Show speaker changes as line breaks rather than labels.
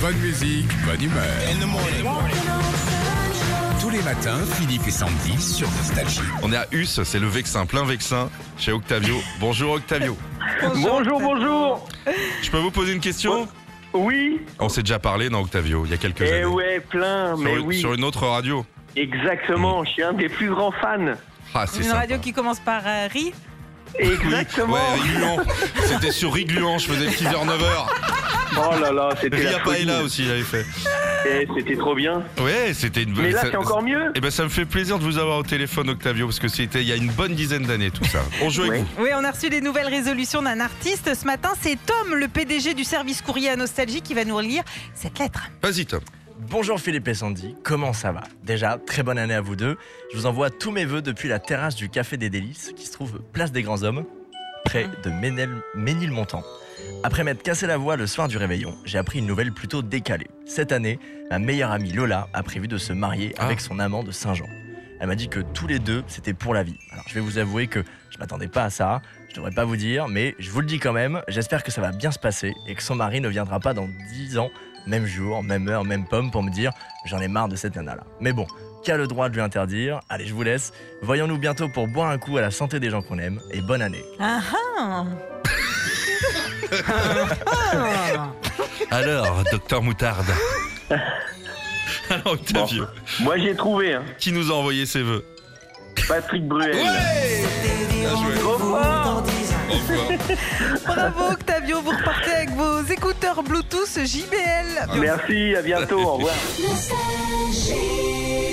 Bonne musique, bonne humeur. Tous les matins, Philippe et Sandy sur Nostalgie.
On est à Us, c'est le Vexin, plein Vexin, chez Octavio. Bonjour Octavio.
Bonjour, bonjour.
Je peux vous poser une question
Oui.
On s'est déjà parlé dans Octavio, il y a quelques
Eh
années.
ouais, plein,
sur,
mais
une-
oui.
sur une autre radio.
Exactement, je suis un des plus grands fans.
Ah, c'est
Une
sympa.
radio qui commence par euh, Ri.
Exactement.
Ouais, Rigluan. C'était sur Rigluan, je faisais le petit vers 9h.
Oh là là, c'était
Ria
la folie.
Paella aussi, j'avais fait.
Eh, c'était trop bien.
Ouais, c'était une bonne.
Mais là,
ça-
c'est encore mieux.
Eh ben, ça me fait plaisir de vous avoir au téléphone, Octavio, parce que c'était il y a une bonne dizaine d'années, tout ça. On joue avec
Ouais.
vous.
Oui, on a reçu les nouvelles résolutions d'un artiste. Ce matin, c'est Tom, le PDG du service courrier à Nostalgie, qui va nous relire cette lettre.
Vas-y, Tom.
Bonjour Philippe et Sandy, comment ça va Déjà, très bonne année à vous deux. Je vous envoie tous mes voeux depuis la terrasse du Café des Délices qui se trouve place des Grands Hommes, près de Ménel- Ménilmontant. Après m'être cassé la voix le soir du réveillon, j'ai appris une nouvelle plutôt décalée. Cette année, ma meilleure amie Lola a prévu de se marier
Ah.
avec son amant de Saint-Jean. Elle m'a dit que tous les deux, c'était pour la vie. Alors je vais vous avouer que je m'attendais pas à ça, je devrais pas vous dire, mais je vous le dis quand même, j'espère que ça va bien se passer et que son mari ne viendra pas dans 10 ans même jour, même heure, même pomme pour me dire j'en ai marre de cette nana là. Mais bon, qui a le droit de lui interdire Allez, je vous laisse. Voyons-nous bientôt pour boire un coup à la santé des gens qu'on aime et bonne année.
Ah ah. Ah.
Alors, docteur Moutarde. Alors, Octavio,
Moi, j'ai trouvé hein.
qui nous a envoyé ses vœux
Patrick Bruel.
Bien joué.
Trop fort.
Bravo Octavio, vous repartez avec vos écouteurs Bluetooth JBL.
Merci, à bientôt, au revoir.
Nostalgie.